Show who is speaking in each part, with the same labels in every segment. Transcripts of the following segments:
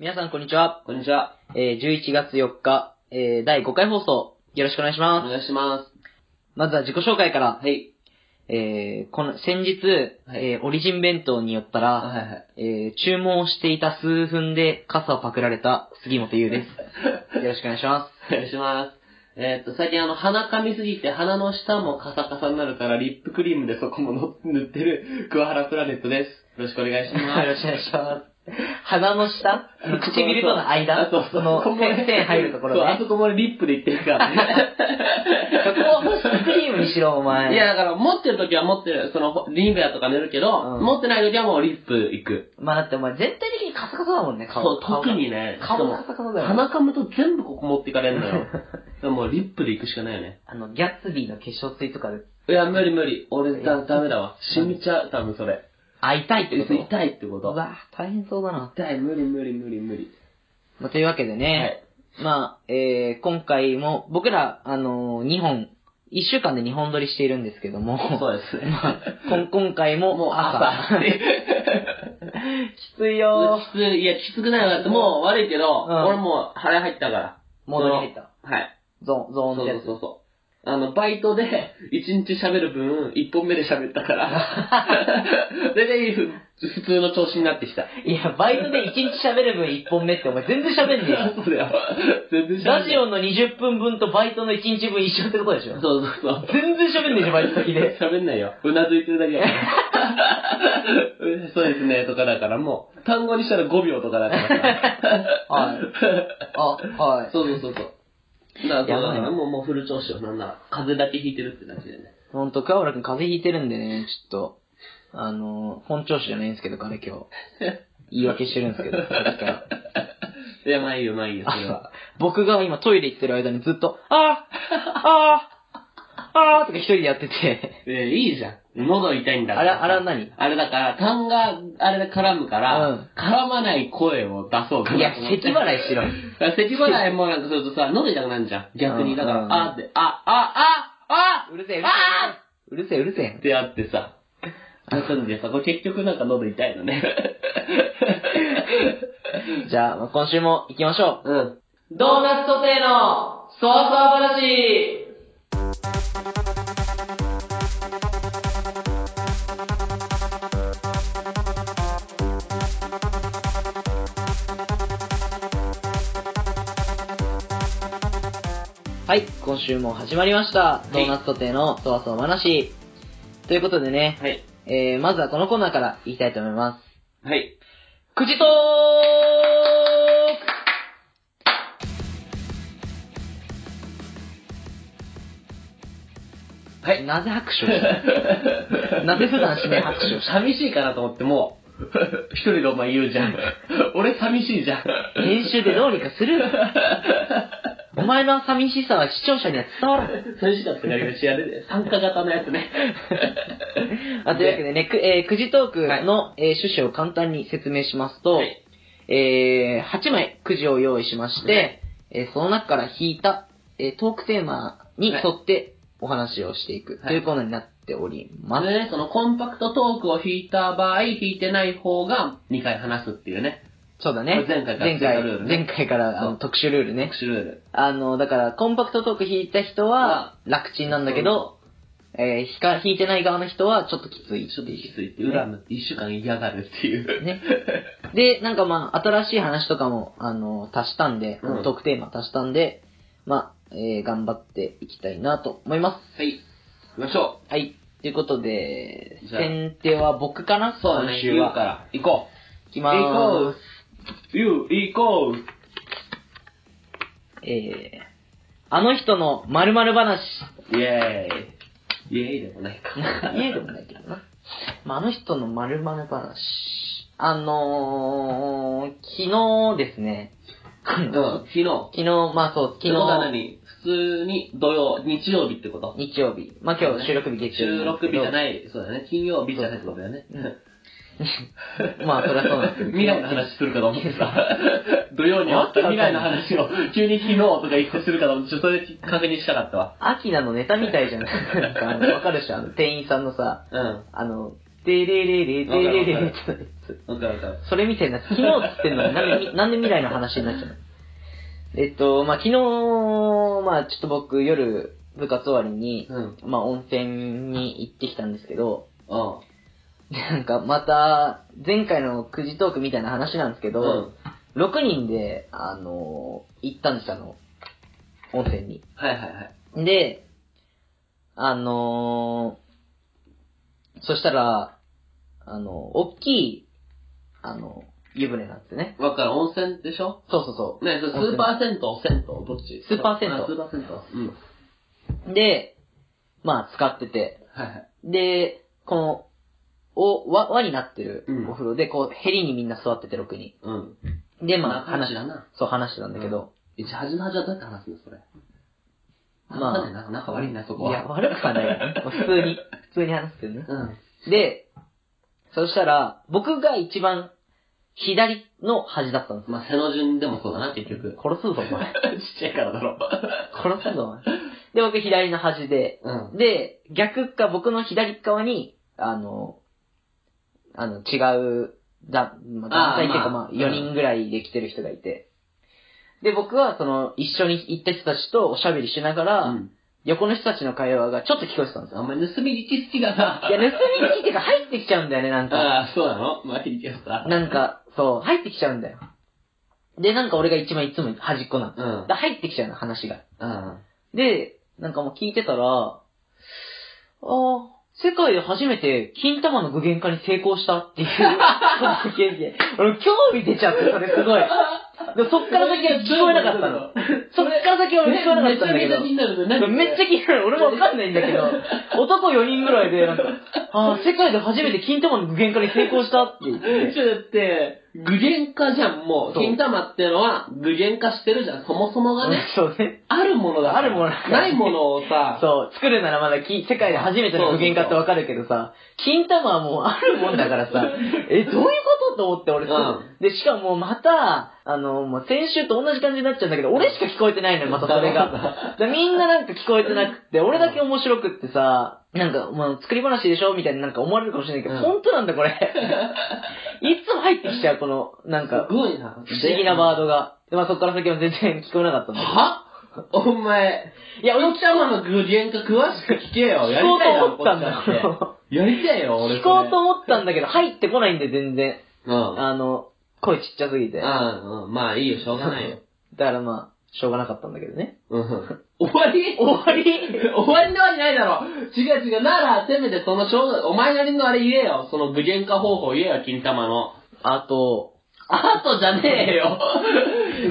Speaker 1: 皆さんこんにちは。
Speaker 2: こんにちは。
Speaker 1: えー、11月4日、えー、第5回放送、よろしくお願いし
Speaker 2: お
Speaker 1: ます。
Speaker 2: 願いしま
Speaker 1: まずは自己紹介から、
Speaker 2: す。はい。
Speaker 1: えー、この、先日、
Speaker 2: はい
Speaker 1: えー、オリジン弁当によったら、
Speaker 2: あはいはい。
Speaker 1: えー、注文していた数分で傘をパクられた杉本優 です。よろしくお願いしま
Speaker 2: お願いします。えーっと、最近あの、鼻噛みすぎて鼻の下もカサカサになるから、リップクリームでそこもの塗ってる、桑原プラネットです。よろしくお願いし
Speaker 1: す。
Speaker 2: ます。
Speaker 1: よろしくお願いします。鼻の下唇との間
Speaker 2: あそうそう。
Speaker 1: その
Speaker 2: ここもね
Speaker 1: 線線入るところ
Speaker 2: そう、あ
Speaker 1: ね。
Speaker 2: そこもリップでいってるからね。
Speaker 1: そこをホストクリームにしろ、お前。
Speaker 2: いや、だから、持ってる時は持ってる、その、リンベアとか塗るけど、
Speaker 1: うん
Speaker 2: 持ってない時はもうリップいく。
Speaker 1: まあだってお前全体的にカサカサだもんね、顔。
Speaker 2: そう、
Speaker 1: 顔が
Speaker 2: 特にね、しか
Speaker 1: 顔がカ、
Speaker 2: も
Speaker 1: サカサだよね。
Speaker 2: 鼻噛むと全部ここ持っていかれるの よ。でももうリップでいくしかないよね。
Speaker 1: あの、ギャッツビーの化粧水とかで、
Speaker 2: いや、無理無理。俺、だ、ダメだわ。死んじゃう、多分それ。
Speaker 1: あ、痛いってこと
Speaker 2: 痛いってこ
Speaker 1: う
Speaker 2: と。
Speaker 1: わ大変そうだな。
Speaker 2: 痛い、無理無理無理無理。
Speaker 1: まあ、というわけでね、まあ、えー、今回も、僕ら、あのー、2本、1週間で2本撮りしているんですけども、
Speaker 2: そうですね。
Speaker 1: まあ、こん今回も、
Speaker 2: もう朝。
Speaker 1: きついよ
Speaker 2: きつい、いや、きつくないわって、もう悪いけど、
Speaker 1: うん
Speaker 2: 俺もう腹入ったから。
Speaker 1: ー。モードに入った。
Speaker 2: はい。
Speaker 1: ゾーン、ゾーン
Speaker 2: そう
Speaker 1: ってやつ。
Speaker 2: そうそうそう。あの、バイトで、一日喋る分、一本目で喋った から、全然いいふ普通の調子になってきた。
Speaker 1: いや、バイトで1日喋る分1本目って、お前 全然喋んねえよ。
Speaker 2: そうだよ。全然喋んない
Speaker 1: ラジオの20分分とバイトの1日分一緒ってことでしょ。
Speaker 2: そうそうそう。
Speaker 1: 全然喋んねえじゃん、バイト先で。
Speaker 2: 喋んないよ。うなずいてるだけだ から。そうですね、とかだからもう、単語にしたら5秒とかだから
Speaker 1: はい。あ、は
Speaker 2: さ。
Speaker 1: い。
Speaker 2: そうそうそうそう。だからそ
Speaker 1: や
Speaker 2: うだか
Speaker 1: ばいな
Speaker 2: らもう、もうフル調子よ。なんなら、風邪だけひいてるってだけでね。
Speaker 1: ほんと、桑原くん風邪ひいてるんでね、ちょっと、あのー、本調子じゃないんですけど、彼今日。言い訳してるんですけど、さっきから
Speaker 2: いや、まあいいよ、まあいいよ、それは。
Speaker 1: 僕が今トイレ行ってる間にずっと、あーあーあーとか一人でやってて、
Speaker 2: えいいじゃん。喉痛いんだ
Speaker 1: あ
Speaker 2: か
Speaker 1: れ、
Speaker 2: ら。
Speaker 1: あれは何
Speaker 2: あれだから、痰が、あれで絡むから、
Speaker 1: うん
Speaker 2: 絡まない声を出そうかな。
Speaker 1: いや、咳払いしろ。
Speaker 2: だから 咳払いもなんかするとさ、喉痛くなるじゃん。逆
Speaker 1: う
Speaker 2: に。
Speaker 1: ん
Speaker 2: だから、
Speaker 1: うん
Speaker 2: あーって、あ、あ、あ、あ
Speaker 1: うるせえ、うるせえ
Speaker 2: あ。
Speaker 1: うるせえ、うるせ
Speaker 2: っ
Speaker 1: え。
Speaker 2: てあってさ。そうなんでさ、これ結局なんか喉痛いのね。
Speaker 1: じゃあ、まあ今週も行きまし ょう。
Speaker 2: うん。
Speaker 1: ドーナツソテーの想像話はい、今週も始まりました。
Speaker 2: い
Speaker 1: ドーナツソテーのそわそわ話。ということでね、
Speaker 2: はい。
Speaker 1: えー、まずはこのコーナーから言いたいと思います。
Speaker 2: はい。
Speaker 1: くじトー
Speaker 2: は
Speaker 1: ク
Speaker 2: い。
Speaker 1: なぜ拍手をしたなぜ普段しない 拍手をした
Speaker 2: 寂しいかなと思ってもう、一人でお前言う じゃん。俺寂しいじゃん。
Speaker 1: 編集でどうにかする。お前の寂しさは視聴者には伝わら ん。
Speaker 2: 寂しかったから今知られて、参加型のやつね。
Speaker 1: あというわけでね、く,、えーくじトークの、えー趣旨を簡単に説明しますと、
Speaker 2: はい
Speaker 1: えー8枚くじを用意しまして、えーその中から引いた、えートークテーマに沿ってお話をしていく、
Speaker 2: はい
Speaker 1: というコーナーになっており
Speaker 2: ま
Speaker 1: ます。
Speaker 2: ずね、そのコンパクトトークを弾いた場合、弾いてない方が2回話すっていうね。
Speaker 1: そうだね。
Speaker 2: これ前回から
Speaker 1: 前回
Speaker 2: 追加ルールね
Speaker 1: 前回からあの
Speaker 2: そう
Speaker 1: 特殊ルールね
Speaker 2: 特。殊ルール。
Speaker 1: あの、だから、コンパクトトーク引いた人は楽ちんなんだけど、えー、引か、引いてない側の人はちょっときつい
Speaker 2: ちょ
Speaker 1: っ
Speaker 2: ってと
Speaker 1: い
Speaker 2: きついって、恨むって1週間嫌がるっていう
Speaker 1: う。。ね。で、なんかまあ、新しい話とかも、あの、足したんで、
Speaker 2: うん
Speaker 1: トークテーマ足したんで、まあ、えー、頑張っていきたいなと思いま
Speaker 2: はい。行きましょ
Speaker 1: す。はい。ということで、
Speaker 2: じゃあ
Speaker 1: 先手は僕かな
Speaker 2: う。そうだね、
Speaker 1: 今週
Speaker 2: 言う
Speaker 1: は。
Speaker 2: から。行こ
Speaker 1: いき
Speaker 2: う。
Speaker 1: ま
Speaker 2: 行
Speaker 1: ー
Speaker 2: こう。言う、行こう。
Speaker 1: す。えー、あの人の〇〇話。
Speaker 2: イェーイ。イェーイでもないか。
Speaker 1: 家でもないけどな。まあ、あの人の〇〇話。あのー、昨日ですね。
Speaker 2: うん、昨日。
Speaker 1: 昨日、まあそう、昨
Speaker 2: 昨日は
Speaker 1: 日、
Speaker 2: 何普通に土曜、日曜日ってこと
Speaker 1: 日曜日。まあ今日収録日月曜日。
Speaker 2: 収録日じゃ
Speaker 1: い。
Speaker 2: ない、そうだね。金曜日じゃないってことだよね。
Speaker 1: まあそりゃそうなんですけど。
Speaker 2: 未来の話するかと思ってさ、 土曜にあった未来の話を急に昨日とか一個するかと思って、ちょっとそれ確認したかったわ。
Speaker 1: アキナのネタみたいじゃないなんかあのわかるでしょあの店員さんのさ、
Speaker 2: うん。
Speaker 1: あの、でれれれ、でれれれってやつ。
Speaker 2: わかるわかる。
Speaker 1: それみたいな、昨日っつってんのになんで、なんで未来の話になっちゃうのえっと、まあ、昨日、まあ、ちょっと僕夜、部活終わりに、
Speaker 2: うん。
Speaker 1: まあ、温泉に行ってきたんですけど、
Speaker 2: ああ。
Speaker 1: でなんかまた、前回のくじトークみたいな話なんですけど、
Speaker 2: ん。
Speaker 1: 6人で、あの行ったんですよ、あの、温泉に。
Speaker 2: はいはいはい。
Speaker 1: で、あのーそしたら、あの、大きい、あの、湯船なんですね。
Speaker 2: わかる。温泉でしょ
Speaker 1: そうそうそ
Speaker 2: ねそれスーパー銭湯、銭湯、どっち
Speaker 1: スーパー銭湯
Speaker 2: あスーパー銭湯。うん。
Speaker 1: う。で、まあ、使ってて。
Speaker 2: はいはい。
Speaker 1: で、この、お、輪、輪になってる
Speaker 2: うん
Speaker 1: お風呂で、こう、ヘリにみんな座ってて、6人。
Speaker 2: うん。
Speaker 1: で、まあ、話、
Speaker 2: 話だな。
Speaker 1: そう話してたんだけど、
Speaker 2: 一端の端はどうやって話すのそれ。
Speaker 1: まあ
Speaker 2: まあ。な、なんか悪いな、そこは。
Speaker 1: いや、悪くはないよ。 普通に、普通に話すけどね。
Speaker 2: うん。
Speaker 1: で、そしたら、僕が一番、左の端だったんです
Speaker 2: まあ、背の順でもそうだな、結局。
Speaker 1: 殺すぞ、お前。
Speaker 2: ちっちゃいからだろ。
Speaker 1: 殺すぞ、お前。で、僕左の端で、
Speaker 2: うん。
Speaker 1: で、逆か、僕の左側に、あの、あの、違う、だ、まあ、団体っていう
Speaker 2: あ
Speaker 1: か、
Speaker 2: ーまあ
Speaker 1: まあ、4人ぐらいで来てる人がいて。で、僕は、その、一緒に行った人たちとおしゃべりしながら、
Speaker 2: うん。
Speaker 1: 横の人たちの会話がちょっと聞こえてたんです
Speaker 2: あ
Speaker 1: よ。
Speaker 2: んまり盗み聞き好きだな。
Speaker 1: いや、盗み聞きっていうか入ってきちゃうんだよね、なんか。
Speaker 2: ああ、そうなのまあ、いいけどさ。
Speaker 1: なんか、そう、入ってきちゃうんだよ。で、なんか俺が一番いつも端っこなの。
Speaker 2: うん。
Speaker 1: で、入ってきちゃうの、話が。
Speaker 2: うん。
Speaker 1: で、なんかもう聞いてたら、あー世界で初めて金玉の具現化に成功したっていうことだけで、俺興味出ちゃって、それすごい。でもそっから先は聞こえなかった の。そっから先は俺聞こえなかったんだけ
Speaker 2: めちゃめちゃ
Speaker 1: ど
Speaker 2: 気。になるね。何
Speaker 1: めっちゃ聞こえる。俺もわかんないんだけど、男4人ぐらいで、なんか、あー世界で初めて金玉の具現化に成功したって言って。
Speaker 2: ちょ、だって、具現化じゃん、もう。
Speaker 1: そう
Speaker 2: 金玉ってのは具現化してるじゃん、そもそもがね。
Speaker 1: そうね。
Speaker 2: あるものだから。
Speaker 1: あるものだから
Speaker 2: ないものをさ、
Speaker 1: そう、作るならまだき世界で初めての具現化ってわかるけどさ、金玉はもうあるもんだからさ、 え、どういうことと思って俺さ、で、しかもまた、あの、もう先週と同じ感じになっちゃうんだけど、俺しか聞こえてないのよ、またそれが。でみんななんか聞こえてなくて、俺だけ面白くってさ、なんか、もう作り話でしょみたいになんか思われるかもしれないけど、
Speaker 2: うん
Speaker 1: 本当なんだこ れ。いつも入ってきちゃう、この、なんか
Speaker 2: す、ごいな。
Speaker 1: 不思議なワー
Speaker 2: ド。
Speaker 1: ドが。で、まあそっから先は全然聞こえなか ったんだけど。
Speaker 2: はお前、
Speaker 1: いや、俺
Speaker 2: 金玉の具現化詳しく聞けよ。やりたいよ、
Speaker 1: 聞こうと思ったんだ
Speaker 2: こっちだってやりたいよ、俺。
Speaker 1: 聞こうと
Speaker 2: う。
Speaker 1: 思ったんだけど、入ってこないんで全然。
Speaker 2: うん。
Speaker 1: あの、声ちっちゃすぎて。だか
Speaker 2: うん、うん。まあいいよ、しょうがないよ。
Speaker 1: らまあ、しょうがなかったんだけどね。
Speaker 2: うん。 終わり
Speaker 1: 終わり
Speaker 2: 終わりのわけないだろ違う違う。なら、せめてその、しょうがお前なりのあれ言えよ。その具現化方法言えよ、金玉の。
Speaker 1: あと、
Speaker 2: アートじゃねえよ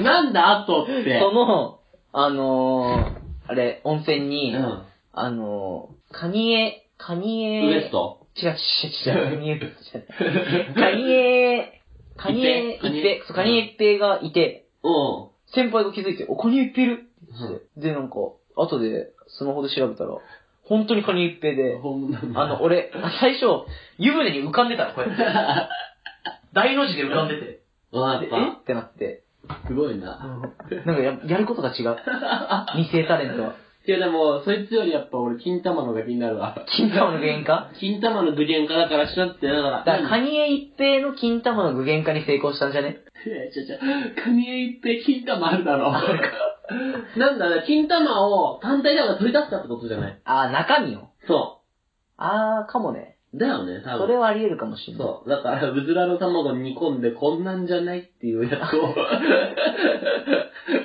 Speaker 2: なんだアートって。
Speaker 1: その、あのー、あれ、温泉
Speaker 2: う
Speaker 1: に、
Speaker 2: ん。
Speaker 1: あのー、カニエ、カニエ、
Speaker 2: ウエスト
Speaker 1: 違う違う違う、カニエ、違うカニエ、カニエ、
Speaker 2: 一平
Speaker 1: 一平、そうカニエ一平がいて、
Speaker 2: うん。
Speaker 1: 先輩が気づいて、お、カニエ一平いる
Speaker 2: うん
Speaker 1: って。で、なんか、後でスマホで調べたら、本当にカニエ一平で、
Speaker 2: ほんま
Speaker 1: あの、俺、最初、湯船に浮かんでたの、こうやって。大の字で浮かんでて。
Speaker 2: わ
Speaker 1: で
Speaker 2: やっ
Speaker 1: え
Speaker 2: ぱ、
Speaker 1: ってなって。
Speaker 2: すごい
Speaker 1: あ
Speaker 2: な。
Speaker 1: のなんかや、やることが違う。二世タレントは。
Speaker 2: いやでも、そいつよりやっぱ俺、金玉の方が気になるわ。
Speaker 1: 金玉の具現化
Speaker 2: 金玉の具現化だからしなって、だから。
Speaker 1: だから、カニエ一平の金玉の具現化に成功したんじゃね
Speaker 2: いや、ちょちょ、国へ行って金玉あるだろ。 なんだね、金玉を単体だから取り出したってことじゃない
Speaker 1: あー、中身を。
Speaker 2: そ
Speaker 1: あー、かもね。
Speaker 2: う。だよね、多
Speaker 1: そ
Speaker 2: 分。
Speaker 1: れはあり得るかもしれない。
Speaker 2: そう。だから、うずらの卵煮込んでこんなんじゃないっていうやつを、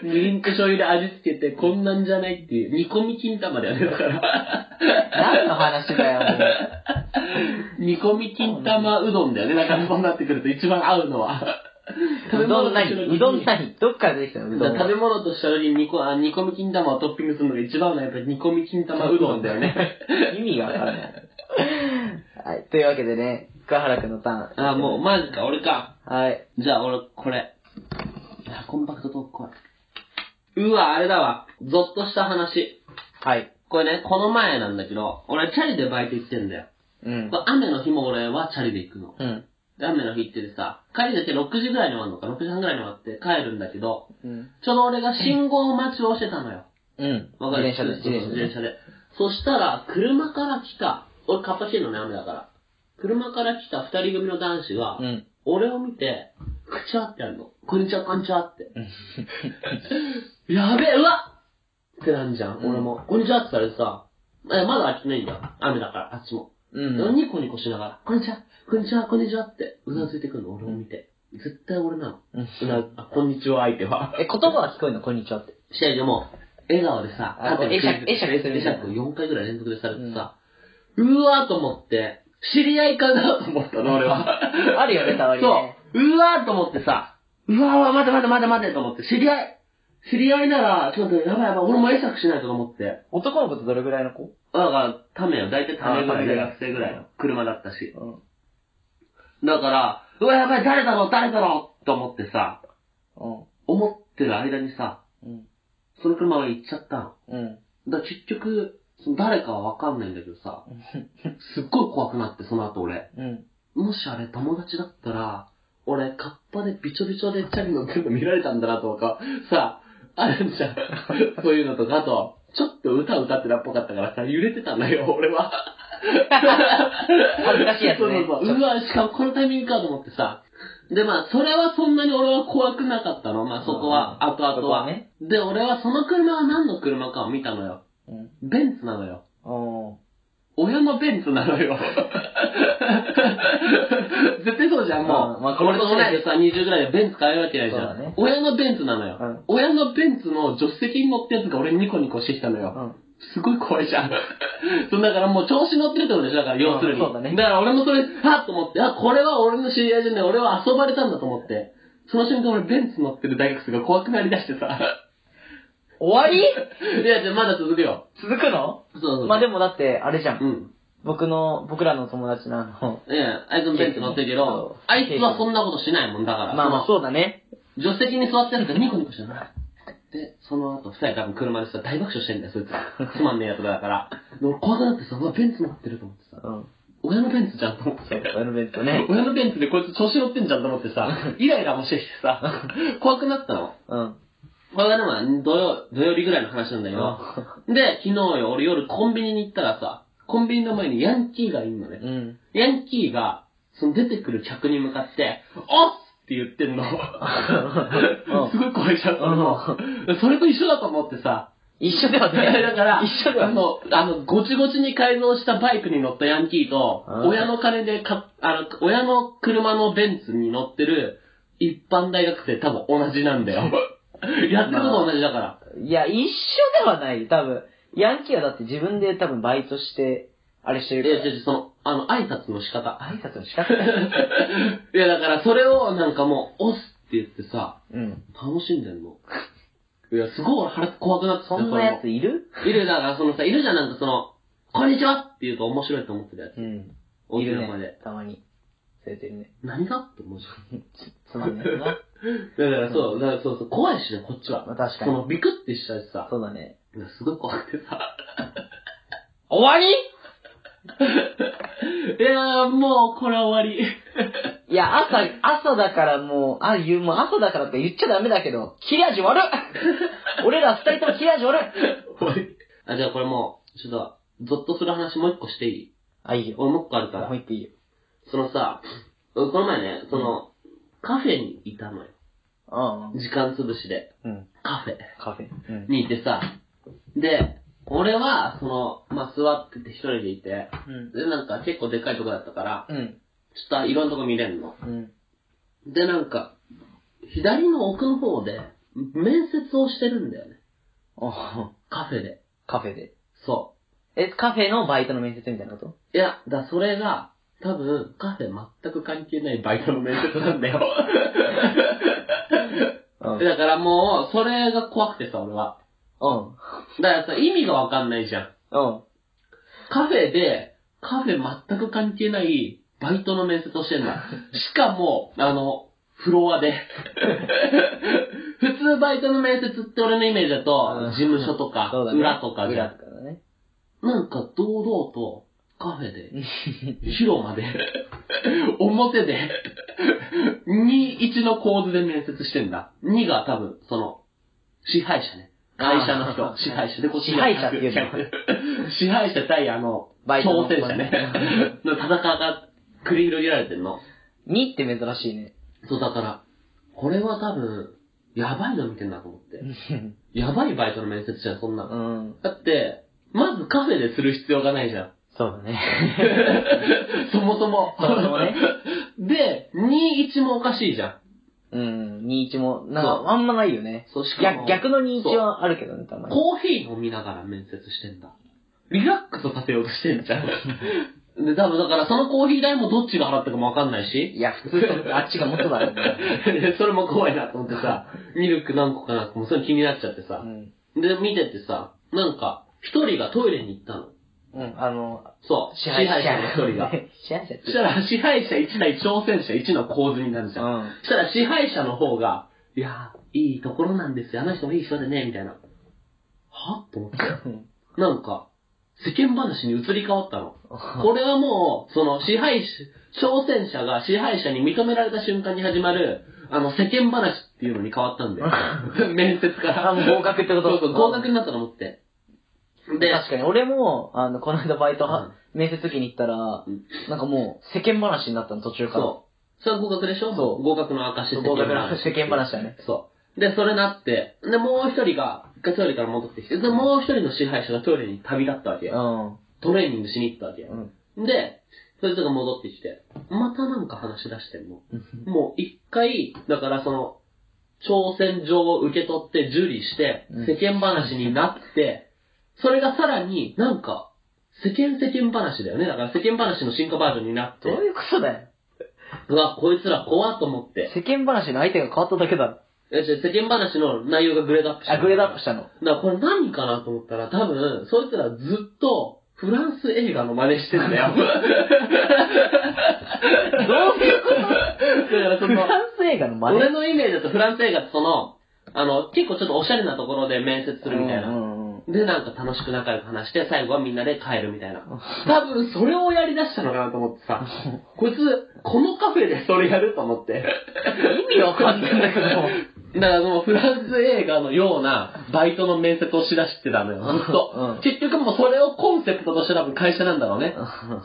Speaker 2: みりんと醤油で味付けてこんなんじゃないっていう、煮込み金玉だよね、だ から。
Speaker 1: 何の話だよ、も
Speaker 2: 煮込み金玉うどんだよね、だからそうなってくると一番合うのは。
Speaker 1: う。うどん
Speaker 2: 食べ
Speaker 1: 何
Speaker 2: 物と一緒に
Speaker 1: うどん何どっから出てきたのうどん
Speaker 2: 食
Speaker 1: は。
Speaker 2: べ物としたのに煮こあ煮込み金玉をトッピングするのが一番のやっぱり煮込み金玉うどんだよね。
Speaker 1: 意味がわからない。はい、というわけでね、桑原くんのターン。
Speaker 2: あ、もう、マジか、俺か。
Speaker 1: はい。
Speaker 2: じゃあ、俺、これ。あコンパクトトーク、これ。うわ、あれだわ。ゾッとした話。
Speaker 1: はい。
Speaker 2: これね、この前なんだけど、俺、チャリでバイト行ってんだよ。
Speaker 1: うん
Speaker 2: こ。れ雨の日も俺はチャリで行くの。
Speaker 1: うん。
Speaker 2: で雨の日行っててさ、帰りだけ6時ぐらいに終わるのか、6時半ぐらいに終わって帰るんだけど、
Speaker 1: うん。
Speaker 2: ちょうど俺が信号待ちをしてたのよ。
Speaker 1: うん。
Speaker 2: わ
Speaker 1: 自
Speaker 2: かる
Speaker 1: 転車で、
Speaker 2: そうそう自転車
Speaker 1: で。
Speaker 2: で。そしたら、車から来た。俺、カッパしてんのね、雨だから。車から来た二人組の男子が
Speaker 1: う、ん。
Speaker 2: 俺を見て、口合ってやるの。こんにちは、こんにちはって。 やべえ、うわっってなんじゃん、俺も。こんにちはって言われてさ、え、まだ飽きてないんだ。雨だから、あっちも。
Speaker 1: うん。
Speaker 2: ニコニコしながら、こんにちは、こんにちは、こんにちはって、うなずいてくるの、俺を見て。絶対俺なの。うな、あ、こんにちは、相手は。
Speaker 1: え、言葉は聞こえるのこんにちはって。
Speaker 2: 試合でも、笑顔でさ、
Speaker 1: あ
Speaker 2: あと
Speaker 1: えしゃえしゃくする
Speaker 2: えしゃくを4回ぐらい連続でされてさ、うわーと思って、知り合いかなと思ったの、俺 は。
Speaker 1: あるよね、たまにね。
Speaker 2: そう。うわーと思ってさ、うわーうわ、待て待て待て待てと思って、知り合い、知り合いなら、ちょっとやばいやばい、俺も会釈しないとと思って。
Speaker 1: 男の子ってどれぐらいの子
Speaker 2: だから、ためよ。だいたいためぐらいで
Speaker 1: あ
Speaker 2: 学生ぐらいの車だったし。
Speaker 1: うん。
Speaker 2: だから、うわ、やばい、誰だろう、誰だろうと思ってさ、
Speaker 1: うん。
Speaker 2: 思ってる間にさ、
Speaker 1: うん。
Speaker 2: その車は行っちゃったの。
Speaker 1: うん。
Speaker 2: だから結局、その誰かはわかんないんだけどさ、すっごい怖くなって、その後俺。
Speaker 1: うん。
Speaker 2: もしあれ友達だったら、俺、カッパでびちょびちょでチャリ乗ってるの見られたんだなとか、さ、ある じゃん。そういうのとか、あと、ちょっと歌歌ってたっぽかったからさ、揺れてたんだよ、俺は。
Speaker 1: 恥ずかしいやつ
Speaker 2: そう
Speaker 1: ね。
Speaker 2: そうそう。うわ、しかもこのタイミングかと思ってさ。で、まあ、それはそんなに俺は怖くなかったの。まあ、そこは、
Speaker 1: うん
Speaker 2: 後々
Speaker 1: そこ
Speaker 2: は。
Speaker 1: はね
Speaker 2: で、俺はその車は何の車かを見たのよ。
Speaker 1: うん。
Speaker 2: ベンツなのよ。
Speaker 1: おー
Speaker 2: 親のベンツな のよ。絶対そうじゃん、もう。
Speaker 1: うんまあこの
Speaker 2: 俺と同いでさ、20ぐらいでベンツ買えるわけないじゃ
Speaker 1: そう
Speaker 2: ん。
Speaker 1: だね
Speaker 2: 親のベンツなのよ、
Speaker 1: うん
Speaker 2: 親のベンツの助手席に乗ったやつが俺にニコニコしてきたのよ。
Speaker 1: うん。
Speaker 2: すごい怖いじゃん。 そう、だからもう調子乗ってるってことでしょ、だから要するに。
Speaker 1: うんそうだね
Speaker 2: から俺もそれ、はっと思って、あ、これは俺の知り合いじゃねえ、俺は遊ばれたんだと思って。その瞬間俺ベンツ乗ってる大学生が怖くなりだして さ。
Speaker 1: 終わり
Speaker 2: いや、じゃあまだ続くよ。
Speaker 1: 続くの
Speaker 2: そうそう。
Speaker 1: まあでもだって、あれじゃん。
Speaker 2: うん。
Speaker 1: 僕の、僕らの友達のあの、
Speaker 2: いや、あいつもベンツ乗ってるけど、
Speaker 1: そう
Speaker 2: あいつはそんなことしないもんだから。
Speaker 1: まあまあ
Speaker 2: そ
Speaker 1: そうだね。
Speaker 2: の助手席に座ってるからニコニコしてない。で、その後、二人多分車でさ、大爆笑してんだよ、そいつは。つまんねえやつだから。で俺怖くなってさ、うわ、ベンツ乗ってると思ってさ、
Speaker 1: うん。
Speaker 2: 親のベンツじゃんと思って
Speaker 1: そう、。親の弁当ね。
Speaker 2: 親のベンツでこいつ調子乗ってんじゃんと思ってさ、 イライラもしてきてさ、怖くなったの。
Speaker 1: うん。
Speaker 2: これがでも土曜、土曜日ぐらいの話なんだけど、で、昨日よ、俺夜コンビニに行ったらさ、コンビニの前にヤンキーがいんのね。
Speaker 1: うん。
Speaker 2: ヤンキーが、その出てくる客に向かって、おっって言ってんの。すごい怖いじゃん、それも。それと一緒だと思ってさ、
Speaker 1: 一緒ではね。
Speaker 2: だから、
Speaker 1: 一緒では
Speaker 2: あ
Speaker 1: ね。
Speaker 2: の、あの、ごちごちに改造したバイクに乗ったヤンキーと
Speaker 1: う、ん
Speaker 2: 親の金でか、あの、親の車のベンツに乗ってる一般大学生多分同じなんだ よ。やってること同じだから。
Speaker 1: いや、一緒ではない。多分。ヤンキーはだって自分で多分バイトして、あれして
Speaker 2: え、
Speaker 1: る
Speaker 2: じゃその、あの、挨拶の仕方。
Speaker 1: から。挨拶の仕方ない。
Speaker 2: いや、だからそれをなんかもう、押すって言ってさ、
Speaker 1: うん。
Speaker 2: 楽しんでんの。いや、すごい腹怖くなってた
Speaker 1: そんなやついる
Speaker 2: いる、だからそのさ、いるじゃん、なんかその、こんにちはって言うと面白いと思ってたやつ。
Speaker 1: うん。
Speaker 2: 大
Speaker 1: い
Speaker 2: き
Speaker 1: る
Speaker 2: な声で。
Speaker 1: ね。たまに。そうやってるね。
Speaker 2: 何がって思うじゃん。
Speaker 1: つまんねえな。
Speaker 2: だからそう、だからそうそう、怖いしね、こっちは。
Speaker 1: まあ確か
Speaker 2: そ
Speaker 1: に
Speaker 2: の、ビクってしちゃうしさ、
Speaker 1: そうだね。
Speaker 2: すごい怖くてさ。
Speaker 1: 終わり
Speaker 2: いやー、もう、これは終わり。
Speaker 1: いや、朝、朝だからもう、あ、言う、もう朝だからって言っちゃダメだけど、切れ味 悪い俺ら二人とも切れ味悪い
Speaker 2: 終わり。あ、じゃあこれもう、ちょっと、ゾッとする話もう一個していい
Speaker 1: あ、いいよ。
Speaker 2: 俺もう一個あるか
Speaker 1: もう
Speaker 2: ら。
Speaker 1: 一個いいよ。
Speaker 2: そのさ、この前ね、その、カフェにいたのよ。
Speaker 1: うん。
Speaker 2: 時間潰しで。
Speaker 1: うん。
Speaker 2: カフェ
Speaker 1: カフェ。うん。
Speaker 2: にいてさ。で、俺は、その、まあ、座ってて一人でいて、
Speaker 1: うん。
Speaker 2: で、なんか結構でっかいとこだったから、
Speaker 1: うん。
Speaker 2: ちょっといろんなとこ見れるの。
Speaker 1: うん。
Speaker 2: で、なんか、左の奥の方で、面接をしてるんだよね。
Speaker 1: おー
Speaker 2: カフェで。
Speaker 1: カフェで。
Speaker 2: そ
Speaker 1: え、カフェのバイトの面接みたいなこと
Speaker 2: う。いや、だ、それが、多分、カフェ全く関係ないバイトの面接なんだよ。
Speaker 1: う
Speaker 2: だからもう、それが怖くてさ、俺は。
Speaker 1: うん。
Speaker 2: だからさ、意味がわかんないじゃん。
Speaker 1: うん。
Speaker 2: カフェで、カフェ全く関係ないバイトの面接をし てんだ。しかも、あの、フロアで。普通バイトの面接って俺のイメージだと
Speaker 1: うん、
Speaker 2: 事務所とか、
Speaker 1: そうだね
Speaker 2: 裏とかじゃん
Speaker 1: 裏とかだね。
Speaker 2: なんか堂々とカフェで、広間で、表で、2、1の構図で面接してんだ。2が多分、その、支配者ね。会社の
Speaker 1: あ
Speaker 2: 人、
Speaker 1: ー
Speaker 2: 支配者で、こっち
Speaker 1: 支
Speaker 2: が
Speaker 1: 配者っていうの
Speaker 2: 100支配者対あの、
Speaker 1: バイトの
Speaker 2: 挑戦者ね。の戦繰り広げられてんの。
Speaker 1: 2って珍しいね。
Speaker 2: そう、だから、これは多分、やばいの見てんだと思って。やばいバイトの面接じゃん、そんな
Speaker 1: う
Speaker 2: の。
Speaker 1: ん。
Speaker 2: だって、まずカフェでする必要がないじゃん。
Speaker 1: そうだね。
Speaker 2: そもそも。
Speaker 1: そもそもね。
Speaker 2: で、21もおかしいじゃん。
Speaker 1: うん。21も、なん
Speaker 2: そう
Speaker 1: か、あんまないよね。
Speaker 2: そう、しかも
Speaker 1: 逆、逆の21はあるけどね、たまに。
Speaker 2: コーヒー飲みながら面接してんだ。リラックスさせようとしてんじゃん。 で、多分だからそのコーヒー代もどっちが払ったかもわかんない し。
Speaker 1: いや、普通とあっちがもっとだろうね。
Speaker 2: それも怖いなと思ってさ、ミルク何個かなとかもうそれ気になっちゃって
Speaker 1: う
Speaker 2: さ。
Speaker 1: ん。
Speaker 2: で、見ててさ、なんか、一人がトイレに行ったの。
Speaker 1: うん、あの、
Speaker 2: そう、支配者の一人が。。
Speaker 1: 支配者って
Speaker 2: そしたら支配者1対挑戦者1の構図になるじゃん。
Speaker 1: ん。
Speaker 2: そしたら支配者の方が、いやー、いいところなんですよ。あの人もいい人でね、みたいな。はと思って。なんか、世間話に移り変わったの。これはもう、その支配者、挑戦者が支配者に認められた瞬間に始まる、あの世間話っていうのに変わったんだよ。 面接から。
Speaker 1: あ、もう合格ってこと
Speaker 2: そうそう、合格になったと思って。で、
Speaker 1: 確かに、俺も、あの、この間バイトは、
Speaker 2: うん
Speaker 1: 面接時に行ったら
Speaker 2: うん、
Speaker 1: なんかもう、世間話になったの、途中から。
Speaker 2: そう。それは合格でしょ
Speaker 1: そう
Speaker 2: 合格の証
Speaker 1: 合格の世間話だね。
Speaker 2: そう。で、それなって、で、もう一人が、一回トイレから戻ってきて、で、もう一人の支配者がトイレに旅立ったわけ
Speaker 1: う。ん。
Speaker 2: トレーニングしに行ったわけ。
Speaker 1: うん。
Speaker 2: で、そいつが戻ってきて、またなんか話し出してんの。もう一回、だからその、挑戦状を受け取って受理して
Speaker 1: うん、
Speaker 2: 世間話になって、それがさらになんか、世間世間話だよね。だから世間話の進化バージョンになっ
Speaker 1: どう
Speaker 2: て、
Speaker 1: いうことだよ。
Speaker 2: うわ、こいつら怖っと思って、
Speaker 1: 世間話の相手が変わっただけだろ。
Speaker 2: えじゃあ世間話の内容がグレードアップした。
Speaker 1: あ、グレードアップしたの。
Speaker 2: だからこれ何かなと思ったら、多分、そいつらずっと、フランス映画の真似してんだよ。
Speaker 1: どういうこ
Speaker 2: だから
Speaker 1: と
Speaker 2: そ
Speaker 1: フ
Speaker 2: の、
Speaker 1: ランス映画の真似
Speaker 2: 俺のイメージだとフランス映画ってその、あの、結構ちょっとおしゃれなところで面接するみたいな。
Speaker 1: うんうん
Speaker 2: で、なんか楽しく仲良く話して、最後はみんなで帰るみたいな。多分、それをやり出したのかなと思ってさ、こいつ、このカフェでそれやると思って。
Speaker 1: 意味わかんないんだけど。
Speaker 2: だからもうフランス映画のようなバイトの面接をしだしてたのよ、ずっと。
Speaker 1: うん
Speaker 2: 結局もうそれをコンセプトとして多分会社なんだろうね。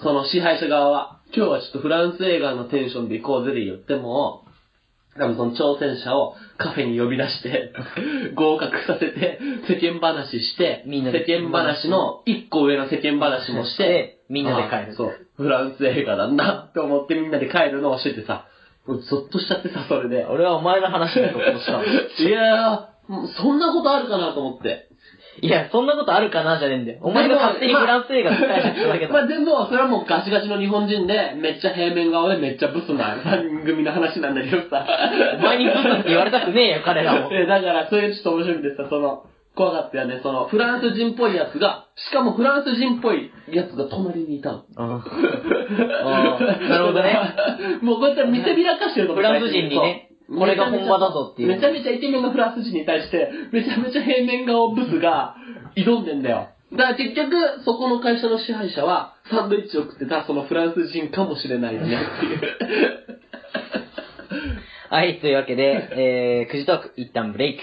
Speaker 2: その支配者側は、今日はちょっとフランス映画のテンションで行こうぜで言っても、多分その挑戦者をカフェに呼び出 して、合格させて、世間話して、
Speaker 1: みんなで
Speaker 2: 世間話の一個上の世間話 もして、
Speaker 1: でみんなで帰る
Speaker 2: あそう。フランス映画だなって思ってみんなで帰るのをしててさ、もうゾッとしちゃってさ、それで。
Speaker 1: 俺はお前の話だと思ったの。
Speaker 2: いやー、もうそんなことあるかなと思って。
Speaker 1: いや、そんなことあるかなじゃねえんだよ。お前が勝手にフランス映画の解釈しただけだ。
Speaker 2: まあでも、それはもうガチガチの日本人で、めっちゃ平面顔でめっちゃブスな3人組の話なんだけどさ。
Speaker 1: お前にブスって言われたくねえよ、彼らも。
Speaker 2: えだから、それがちょっと面白くてさ、その、怖かったよね。その、フランス人っぽいやつが、しかもフランス人っぽいやつが隣にいたの。
Speaker 1: なるほどね。。
Speaker 2: もうこうやって見せびらかしてると思
Speaker 1: フランス人にね
Speaker 2: そう
Speaker 1: これが本場だぞっていう
Speaker 2: めちゃめちゃイケメンのフランス人に対して、めちゃめちゃ平面顔ブスが挑んでんだよ。だから結局、そこの会社の支配者は、サンドイッチを食ってたそのフランス人かもしれないよ ねっていう。
Speaker 1: はい、というわけで、えー、くじトーク、一旦ブレイク。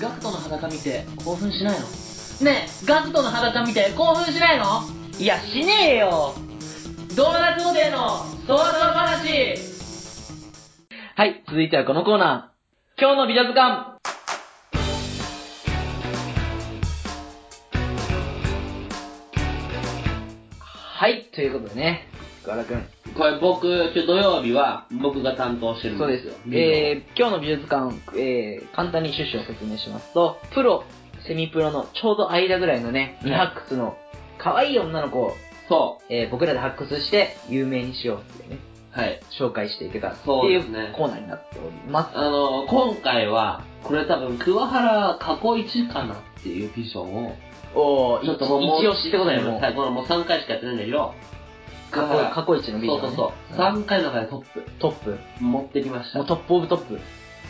Speaker 2: ガクトの裸見て興奮しないのねえ、ガクトの裸見て興奮しないの
Speaker 1: いや、しねえよ
Speaker 2: ドーナツホテルの想像話
Speaker 1: はい、続いてはこのコーナー。今日の美女図鑑はい、ということでね、福原くん。
Speaker 2: これ僕、今日土曜日は僕が担当してるん
Speaker 1: そうで
Speaker 2: ですすよ。。
Speaker 1: えー、今日の美術館、えー、簡単に趣旨を説明しますと、プロ、セミプロのちょうど間ぐらいのね、未発掘の可愛い女の子を、
Speaker 2: そ
Speaker 1: えー僕らで発掘して有名にしようっていうね、
Speaker 2: う。はい。
Speaker 1: 紹介していけたらって
Speaker 2: そう
Speaker 1: い
Speaker 2: ですね
Speaker 1: うコーナーになっております。
Speaker 2: あの、今回は、これ多分、桑原過去一かなっていうビジョンを、
Speaker 1: おー、
Speaker 2: ち
Speaker 1: 一
Speaker 2: ょっともう、
Speaker 1: 一押しってことだよ、もう。
Speaker 2: はい、これもう3回しかやってないんだけど、
Speaker 1: 過
Speaker 2: 桑原
Speaker 1: 去過去一の美術
Speaker 2: そ
Speaker 1: 館、
Speaker 2: う
Speaker 1: ね。
Speaker 2: そうそう。3回の中でトップ。
Speaker 1: トップ。
Speaker 2: 持ってきました
Speaker 1: もう。トップオブトップ。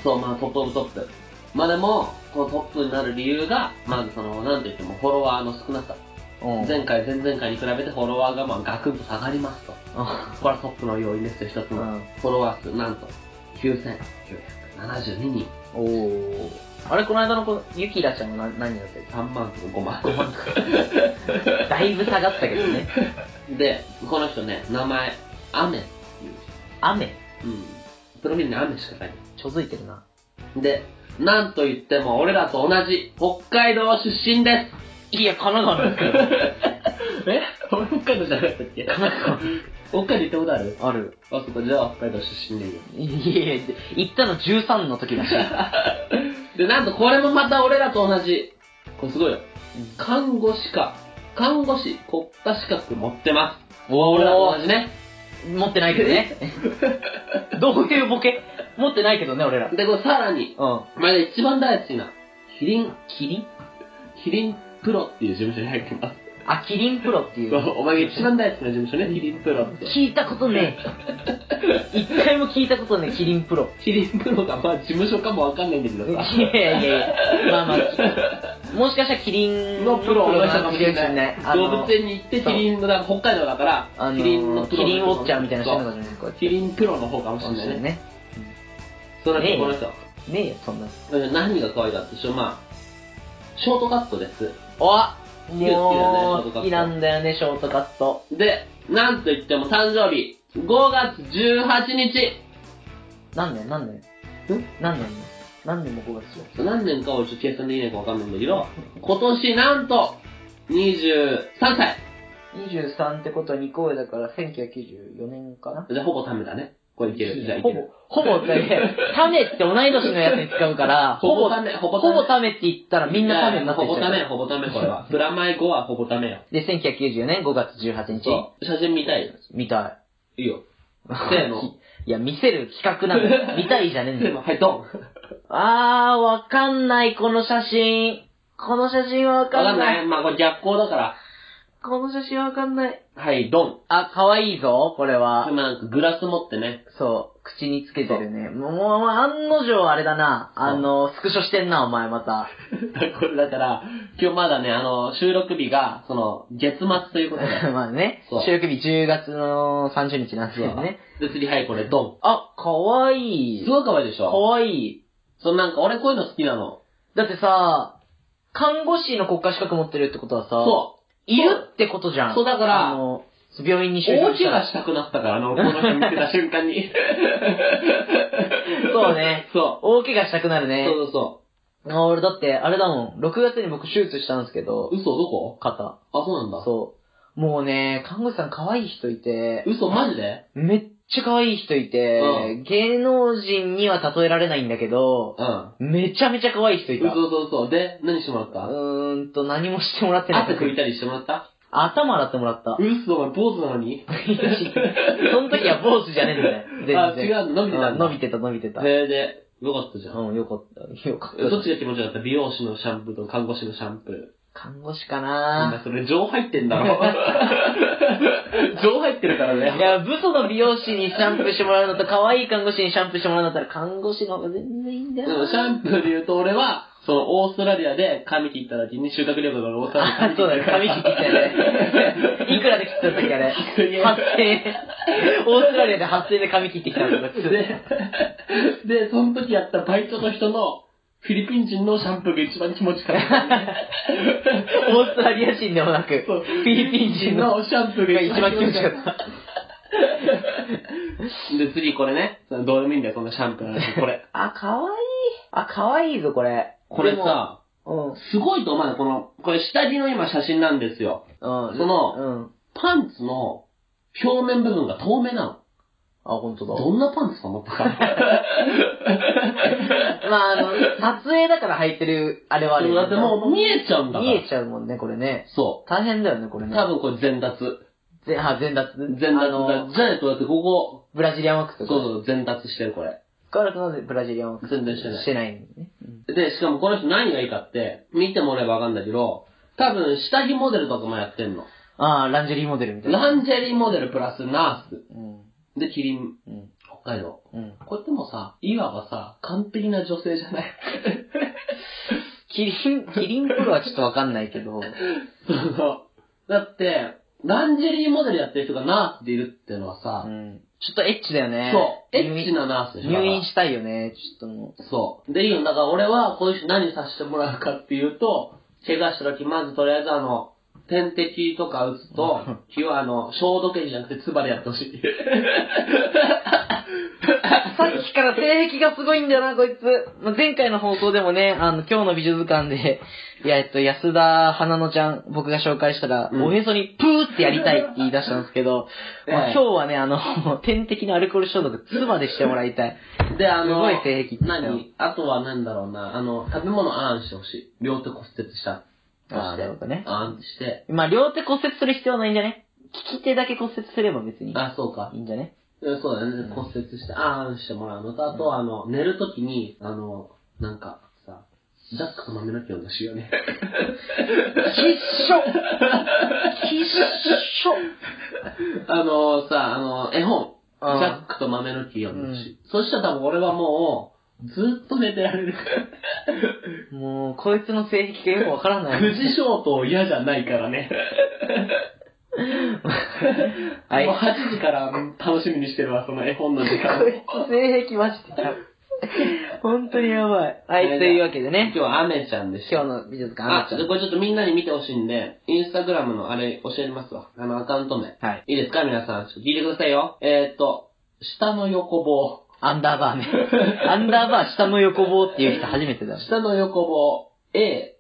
Speaker 2: そう、まあトップオブトップ。まあでも、このトップになる理由が、まずその、なんといってもフォロワーの少なさ。
Speaker 1: うん。
Speaker 2: 前回、前々回に比べてフォロワーがまあガクンと下がりますと。
Speaker 1: うん
Speaker 2: これはトップの要因ですよ、一つ
Speaker 1: う
Speaker 2: の。
Speaker 1: ん
Speaker 2: フォロワー数、なんと、9900 72人。
Speaker 1: おー。あれ、この間の子、ユキラちゃんは何何だっ たっ
Speaker 2: 3万とか5万。
Speaker 1: けだいぶ下がったけどね。
Speaker 2: で、この人ね、名前、アメっていう
Speaker 1: 雨、
Speaker 2: 人。うん。プロフィールにアメしか書いてない。
Speaker 1: ちょづいてるな。
Speaker 2: で、なんと言っても俺らと同じ北海道出身で
Speaker 1: いや、神奈川なんですよ。
Speaker 2: す。え俺 北海道じゃなかったっけ北海道行ったことある
Speaker 1: ある。
Speaker 2: あ、そこじゃあ北海道出身でいいよ。
Speaker 1: いやいや、行ったの13の時だ し。
Speaker 2: で、なんとこれもまた俺らと同じ。これすごいよ。看護師か。看護師国家資格持ってます。
Speaker 1: お
Speaker 2: 俺らと同じね。
Speaker 1: 持ってないけど ね。どういうボケ持ってないけどね、俺ら。
Speaker 2: で、これさらに、
Speaker 1: うん。
Speaker 2: 前で一番大好きな、キリン、
Speaker 1: キリン
Speaker 2: キリンプロっていう事務所に入ってます。
Speaker 1: あ、キリンプロっていう。
Speaker 2: お前が一番大好きな事務所ね、キリンプロ って。
Speaker 1: 聞いたことねえ。一回も聞いたことねえ、キリンプロ。
Speaker 2: キリンプロが、まあ事務所かもわかんないんだけ
Speaker 1: い
Speaker 2: どさ。
Speaker 1: やいやいや、まあまあ、もしかしたらキリン
Speaker 2: のプロの人
Speaker 1: な
Speaker 2: か
Speaker 1: の
Speaker 2: も
Speaker 1: か
Speaker 2: し
Speaker 1: も
Speaker 2: れ
Speaker 1: し
Speaker 2: な
Speaker 1: れ
Speaker 2: い。
Speaker 1: ない。あ
Speaker 2: 動物
Speaker 1: の、
Speaker 2: 園に行ってキリンの、だから北海道だから、
Speaker 1: あの
Speaker 2: キリンの
Speaker 1: キ
Speaker 2: プロの人
Speaker 1: リンウォッチャーみたいな人の
Speaker 2: そ
Speaker 1: か
Speaker 2: う
Speaker 1: じゃないこうやって
Speaker 2: キリンプロの方かもし
Speaker 1: か
Speaker 2: れ
Speaker 1: も
Speaker 2: な
Speaker 1: しれ
Speaker 2: い
Speaker 1: ない
Speaker 2: ね。
Speaker 1: ね。
Speaker 2: そうなんです
Speaker 1: ね
Speaker 2: よこ
Speaker 1: え
Speaker 2: の人。
Speaker 1: ねえよ、そんな。
Speaker 2: 何が可愛いかって、まあ、ショートカットです。
Speaker 1: あ
Speaker 2: もう
Speaker 1: もう、好きなんだよね、ショートカット。
Speaker 2: で、なんといっても誕生日、5月18日。
Speaker 1: 何年何年何年何年も5月よ。
Speaker 2: 何年かをちょっと計算できないかわかんないんだけど、今年なんと、23歳。
Speaker 1: 23ってことは2個上だから1994年かな
Speaker 2: じゃあほぼためだね。これいける。じゃあいけ
Speaker 1: ほ
Speaker 2: る。
Speaker 1: ぼ、ほぼ、だねタメって同い年のやつに使うから、ほぼ、
Speaker 2: ため、ほぼ
Speaker 1: ほぼタ
Speaker 2: ため。
Speaker 1: メって言ったらみんなタメになって
Speaker 2: ほ
Speaker 1: っ
Speaker 2: ぼ
Speaker 1: ち
Speaker 2: た
Speaker 1: ゃ
Speaker 2: め、
Speaker 1: う。
Speaker 2: ほぼため、これは。プラマイ5はほぼためよ。
Speaker 1: で、1994年5月18日、
Speaker 2: そう写真見たいよ。
Speaker 1: 見た
Speaker 2: いいよ。
Speaker 1: い。
Speaker 2: せーの。
Speaker 1: いや、見せる企画なん だよ。見たいじゃねえ
Speaker 2: せ
Speaker 1: んだよ。
Speaker 2: ーの、はい、ドン。
Speaker 1: あー、わかんない、この写真。この写真はわ
Speaker 2: わ
Speaker 1: か
Speaker 2: か
Speaker 1: ん
Speaker 2: ん
Speaker 1: ない。
Speaker 2: ない。まあ、これ逆光だから。
Speaker 1: この写真はわかんない。
Speaker 2: はい、ドン。
Speaker 1: あ、かわいいぞ、これは。
Speaker 2: 今なんかグラス持ってね。
Speaker 1: そう、口につけてるね。もう、もう案の定あれだな。
Speaker 2: そう
Speaker 1: あの、スクショしてんな、お前ま た。
Speaker 2: これだから、今日まだね、あの、収録日が、その、月末ということで。
Speaker 1: まあね
Speaker 2: そう、
Speaker 1: 収録日10月の30日なんですよね。
Speaker 2: で、次、はい、これ、ド
Speaker 1: あ、かわ
Speaker 2: ン。
Speaker 1: い
Speaker 2: す
Speaker 1: い。
Speaker 2: ごい可愛いでし
Speaker 1: か
Speaker 2: ょ
Speaker 1: わいい。
Speaker 2: そのなんか、俺こういうの好きなの。
Speaker 1: だってさ、看護師の国家資格持ってるってことはさ、
Speaker 2: そう。
Speaker 1: いるってことじゃん。
Speaker 2: そうだから
Speaker 1: あの、病院に就
Speaker 2: 大
Speaker 1: 職し
Speaker 2: 怪
Speaker 1: た
Speaker 2: 我
Speaker 1: ら。
Speaker 2: したくなったから、あの、この人見てた瞬間に。
Speaker 1: そうね。
Speaker 2: そ
Speaker 1: 大怪我したくなる
Speaker 2: う。
Speaker 1: ね
Speaker 2: そ。うそうそ
Speaker 1: あ俺だって、あれだもん。6月に僕手術したんですけど
Speaker 2: う。、嘘、どこ
Speaker 1: 肩。
Speaker 2: あ、そうなんだ。
Speaker 1: そう。もうね、看護師さん可愛い人いて、
Speaker 2: 嘘、マジで
Speaker 1: めっちゃ可愛い人いて、
Speaker 2: う
Speaker 1: 芸能人には例えられないんだけど、
Speaker 2: うん。
Speaker 1: めちゃめちゃ可愛い人い
Speaker 2: 嘘、
Speaker 1: た。う
Speaker 2: そうそう。で、何してもらった
Speaker 1: ーんと、何もしてもらってない
Speaker 2: 汗拭いたりしてもらった
Speaker 1: 頭洗ってもら った。
Speaker 2: 嘘、お前坊主なのに
Speaker 1: その時は坊主じゃねえんだよ。
Speaker 2: あ、
Speaker 1: 全
Speaker 2: 違
Speaker 1: 然。
Speaker 2: う、伸
Speaker 1: うん
Speaker 2: びてた
Speaker 1: ん
Speaker 2: だ。
Speaker 1: 伸びてた、伸びてた。
Speaker 2: へえで、よかったじゃん。
Speaker 1: うん、よかった。よかっ。
Speaker 2: えどったちが気持ちよかった美容師のシャンプーと看護師のシャンプー。
Speaker 1: 看護師か
Speaker 2: お
Speaker 1: な
Speaker 2: 前それ情入ってんだ ろ。情入ってるから
Speaker 1: い
Speaker 2: ね。
Speaker 1: や、武装の美容師にシャンプーしてもらうのと、可愛い看護師にシャンプーしてもらうんだったら、看護師の方が全然いいんだ
Speaker 2: で
Speaker 1: よ
Speaker 2: も
Speaker 1: な。
Speaker 2: シャンプーで言うと俺は、そのオーストラリアで髪切った時に修学旅行だからオーストラリア
Speaker 1: あ、
Speaker 2: で
Speaker 1: そうだ
Speaker 2: 切
Speaker 1: ね。
Speaker 2: った
Speaker 1: 髪切ってきたよね。いくらで切ったんだっけ、あれ。
Speaker 2: 100円
Speaker 1: 8000円。オーストラリアで8000円で髪切ってきたんだけど
Speaker 2: で、で、その時やったバイトの人のフィリピン人のシャンプーが一番気持ちよかった。
Speaker 1: オーストラリア人でもなく、フ
Speaker 2: そう
Speaker 1: ィリピン人の
Speaker 2: のシャンプー
Speaker 1: が
Speaker 2: が
Speaker 1: 一
Speaker 2: 一
Speaker 1: 番
Speaker 2: 番
Speaker 1: 気
Speaker 2: 気
Speaker 1: 持
Speaker 2: 持
Speaker 1: ち
Speaker 2: ち
Speaker 1: よ
Speaker 2: よ
Speaker 1: か
Speaker 2: か
Speaker 1: っ。
Speaker 2: ったた。で、次これね。そのどうでもいいんだよ、このシャンプーの 話。これ。
Speaker 1: あ、可愛いあ、可愛いぞ、これ。
Speaker 2: これさ、
Speaker 1: でも、
Speaker 2: すごいと思うのこの、これ下着の今写真なんですよ。
Speaker 1: うん。うん。
Speaker 2: その
Speaker 1: うん。
Speaker 2: パンツの表面部分が透明な
Speaker 1: あ、本当
Speaker 2: の。どんなパンツ と思ったか。
Speaker 1: だ。まあ、あの、撮影だから履いてる、あれはあ
Speaker 2: で
Speaker 1: れ
Speaker 2: も
Speaker 1: だ
Speaker 2: だ
Speaker 1: よ
Speaker 2: って
Speaker 1: ね
Speaker 2: もう見えちゃうんだか
Speaker 1: 見
Speaker 2: ら。
Speaker 1: えちゃうもんね、これね。
Speaker 2: そ
Speaker 1: 大変だよね、これ
Speaker 2: う。
Speaker 1: ね。
Speaker 2: 多分これ全脱。
Speaker 1: ぜあ、全脱。
Speaker 2: 全
Speaker 1: あ
Speaker 2: 脱だ
Speaker 1: の。、
Speaker 2: じゃないとだってここ、
Speaker 1: ブラジリアンワックス
Speaker 2: そ
Speaker 1: と
Speaker 2: う
Speaker 1: か。
Speaker 2: そう、全脱してるこれ。
Speaker 1: ガールとなぜブラジリアンワックス
Speaker 2: 全然してない
Speaker 1: してないんだよね。うん
Speaker 2: で、しかもこの人何がいいかって、見てもらえばわかんだけど、多分下着モデルとかもやってんの。
Speaker 1: ああ、ランジェリーモデルみたいな。
Speaker 2: ランジェリーモデルプラスナー
Speaker 1: うん。
Speaker 2: ス。で、キリン、
Speaker 1: うん。
Speaker 2: 北海道。
Speaker 1: うん。
Speaker 2: これってもうさ、いわばさ、完璧な女性じゃない。
Speaker 1: キリン、キリンプロはちょっとわかんないけど。
Speaker 2: その、だって、ランジェリーモデルやってる人がナースでいるっていうのは
Speaker 1: う
Speaker 2: さ、
Speaker 1: ん。ちょっとエッチだよね。
Speaker 2: そう。エ
Speaker 1: 入
Speaker 2: ッ
Speaker 1: 院
Speaker 2: チなナースでしょ。
Speaker 1: 入院したいよね、ちょっとも
Speaker 2: そう。で、いいよ。だから俺は、こういう人何させてもらうかっていうと、怪我した時、まずとりあえずあの、点滴とか打つ と
Speaker 1: うん、
Speaker 2: 気はあの、消毒液じゃなくて唾でやってほしい。
Speaker 1: う。さっきから性癖がすごいんだよな、こいつ。まあ前回の放送でもね、あの、今日の美術館で、 いや、えっと、安田花乃ちゃん、僕が紹介したら、
Speaker 2: うん
Speaker 1: おへそにプーってやりたいって言い出したんですけど、まあ
Speaker 2: ええ
Speaker 1: 今日はね、あの、 点滴のアルコール消毒、唾でしてもらいたい。
Speaker 2: で、あの、
Speaker 1: すごい性癖って言ったよ
Speaker 2: 何あとはなんだろうな、あの、食べ物あんしてほしい。両手骨折した。
Speaker 1: あーなるほどね
Speaker 2: あんして。
Speaker 1: まあ両手骨折する必要ないんじゃね利き手だけ骨折すれば別に。
Speaker 2: あ、そうか。
Speaker 1: いいんじゃね
Speaker 2: うんそうだ
Speaker 1: うん
Speaker 2: ね。骨折して、あーんしてもらうのと、あと、あの、寝るときに、あの、なんか、さ、ジャックと豆の木を出しようね。
Speaker 1: きっしょきっしょ
Speaker 2: あのさ、あの、絵本、
Speaker 1: う
Speaker 2: ジ
Speaker 1: ん
Speaker 2: ャックと豆の木読んでほしい。そしたら多分俺はもう、ずっと寝てられる。
Speaker 1: もう、こいつの性癖がよくわからない。
Speaker 2: 9時消灯嫌じゃないからね。
Speaker 1: はい
Speaker 2: もう。8時からうん楽しみにしてるわ、その絵本の時間を
Speaker 1: こ。いつ性癖マジでやばい。本当にやばい。はい、というわけで
Speaker 2: 今
Speaker 1: ね
Speaker 2: 日、はアメちゃんでした。
Speaker 1: 今日の美術館、
Speaker 2: あ
Speaker 1: あ、
Speaker 2: ちょっとこれちょっとみんなに見てほしいんで、インスタグラムのあれ教えますわ。あのアカウント名。
Speaker 1: はい。
Speaker 2: いいですか皆さん。ちょっと聞いてくださいよ。えーっと、下の横棒。
Speaker 1: アンダーバーね。アンダーバー下の横棒っていう人初めてだ。
Speaker 2: 下の横棒。A、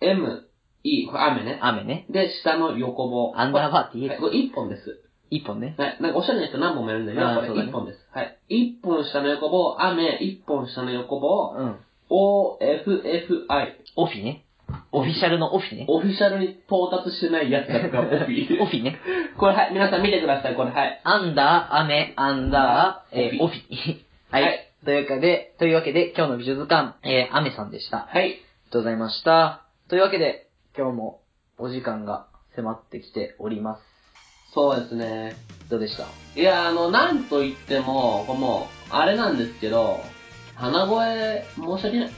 Speaker 2: M、E。これ雨ね。
Speaker 1: 雨ね。
Speaker 2: で、下の横棒。
Speaker 1: アンダーバーって言え
Speaker 2: はい
Speaker 1: ば
Speaker 2: これ1本です。
Speaker 1: 一本ね。
Speaker 2: はい。なんかおしゃれな人何本もやるんだけど
Speaker 1: あー、
Speaker 2: これ
Speaker 1: そうだね
Speaker 2: 1本です。はい。1本下の横棒、雨、1本下の横
Speaker 1: う
Speaker 2: 棒、
Speaker 1: ん。
Speaker 2: OFFI。
Speaker 1: オフィね。オフィシャルのオフィね。
Speaker 2: オフィシャルに到達してないやつだったオフ ィ。
Speaker 1: オフィね。
Speaker 2: これはい、皆さん見てください、これはい。
Speaker 1: アンダー、アメ、アンダー、えーオ
Speaker 2: オ
Speaker 1: フ
Speaker 2: フ
Speaker 1: ィ。 はい。
Speaker 2: はい
Speaker 1: というわけで、というわけで、今日の美術館、えー、アメさんでした。あり
Speaker 2: はい。
Speaker 1: がとうございました。というわけで、今日もお時間が迫ってきております。
Speaker 2: そうですね。
Speaker 1: どうで した
Speaker 2: いや、あの、なんと言っても、これもう、あれなんですけど、鼻声、申し訳ない。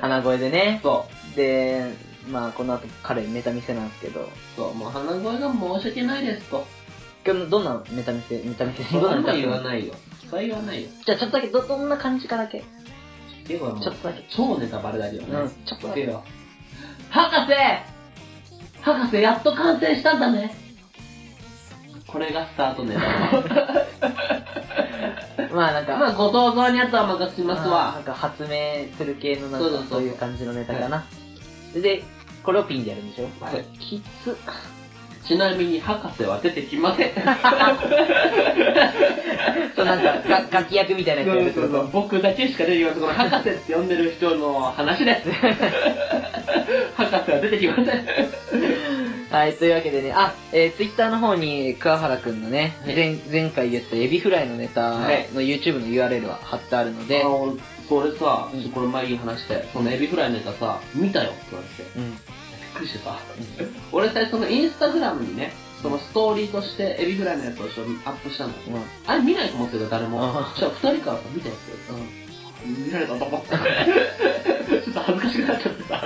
Speaker 1: 鼻声でね。
Speaker 2: そ
Speaker 1: で、まあ、この後彼ネタ見せなんですけど、
Speaker 2: う、そう、もう鼻声が申し訳ないですと。
Speaker 1: 今日のどんなネタ見せ、ネタ見せ、
Speaker 2: そ
Speaker 1: ど
Speaker 2: んなんん
Speaker 1: な
Speaker 2: 言わ
Speaker 1: い。
Speaker 2: ないよ。それは言わないよ。
Speaker 1: じゃあちょっとだけ、ど、どんな感じかだけ。
Speaker 2: 結構もう、
Speaker 1: ちょっとだけ
Speaker 2: 超ネタバレだけど
Speaker 1: う
Speaker 2: ね。
Speaker 1: ん、 ちょっとだ
Speaker 2: け
Speaker 1: け。
Speaker 2: ど博士博士、やっと完成したんだねこれがスター トネタバレ。
Speaker 1: まあなんか、
Speaker 2: まあ、ご想像にあとはお任せします
Speaker 1: あーな
Speaker 2: わ
Speaker 1: ん。か発明する系のなん
Speaker 2: そうそうそ
Speaker 1: かそ
Speaker 2: う
Speaker 1: ういう感じのネタかな。で、これをピンでやるんでしょ
Speaker 2: はい
Speaker 1: きつ。
Speaker 2: ちなみに博士は出てきま せん。
Speaker 1: そうなんかが、ガキ役みたいなやつやるってこと
Speaker 2: 僕だけしか出てきません。この博士って呼んでる人の話 です。博士は出てきません。
Speaker 1: はい、というわけでね、あ、えー、ツイッターの方に、桑原くんのね、
Speaker 2: はい
Speaker 1: 前、前回言ったエビフライのネタ
Speaker 2: はい
Speaker 1: の YouTube の URL は貼ってあるので、
Speaker 2: あの、それさ、
Speaker 1: うん
Speaker 2: ちょこれ前いい話で、そのエビフライのネタさ、見たよって言われて。
Speaker 1: うん。
Speaker 2: びっくりしてさ。俺最初そのインスタグラムにね、そのストーリーとしてエビフライのやつを一緒にアップしたの。
Speaker 1: うん。
Speaker 2: あれ見ないと思ってた誰も
Speaker 1: あ。
Speaker 2: じゃあ二人からさ、見たやつ見られたと思って。 ちょっと恥ずかしくなっちゃってさ。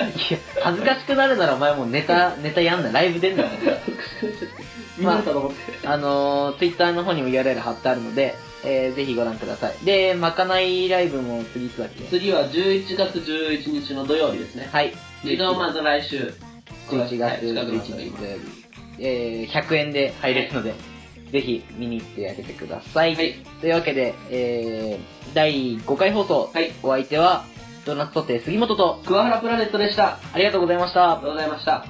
Speaker 1: いや、恥ずかしくなるならお前もうネタ、ネタやんな、ライブ出んな。
Speaker 2: 恥ずかしくなっちゃって。見られたと思って。
Speaker 1: あのー、ツイッターの方にも URL 貼ってあるので、えー、ぜひご覧ください。で、まかないライブも次いつだっけ
Speaker 2: 次は11月11日の土曜日ですね。
Speaker 1: はい。
Speaker 2: 一度まず来週。
Speaker 1: 11
Speaker 2: はい
Speaker 1: 月
Speaker 2: 近くな
Speaker 1: 11
Speaker 2: っており
Speaker 1: 日
Speaker 2: ます
Speaker 1: 土曜日、えー、100円で入れるので、ぜひ見に行ってあげてください。
Speaker 2: はい
Speaker 1: というわけで、えー、第5回放送、
Speaker 2: はい
Speaker 1: お相手は、ドーナツソテー杉本と、
Speaker 2: 桑原プラネットでした。
Speaker 1: ありがとうございました
Speaker 2: ありが。とうございました。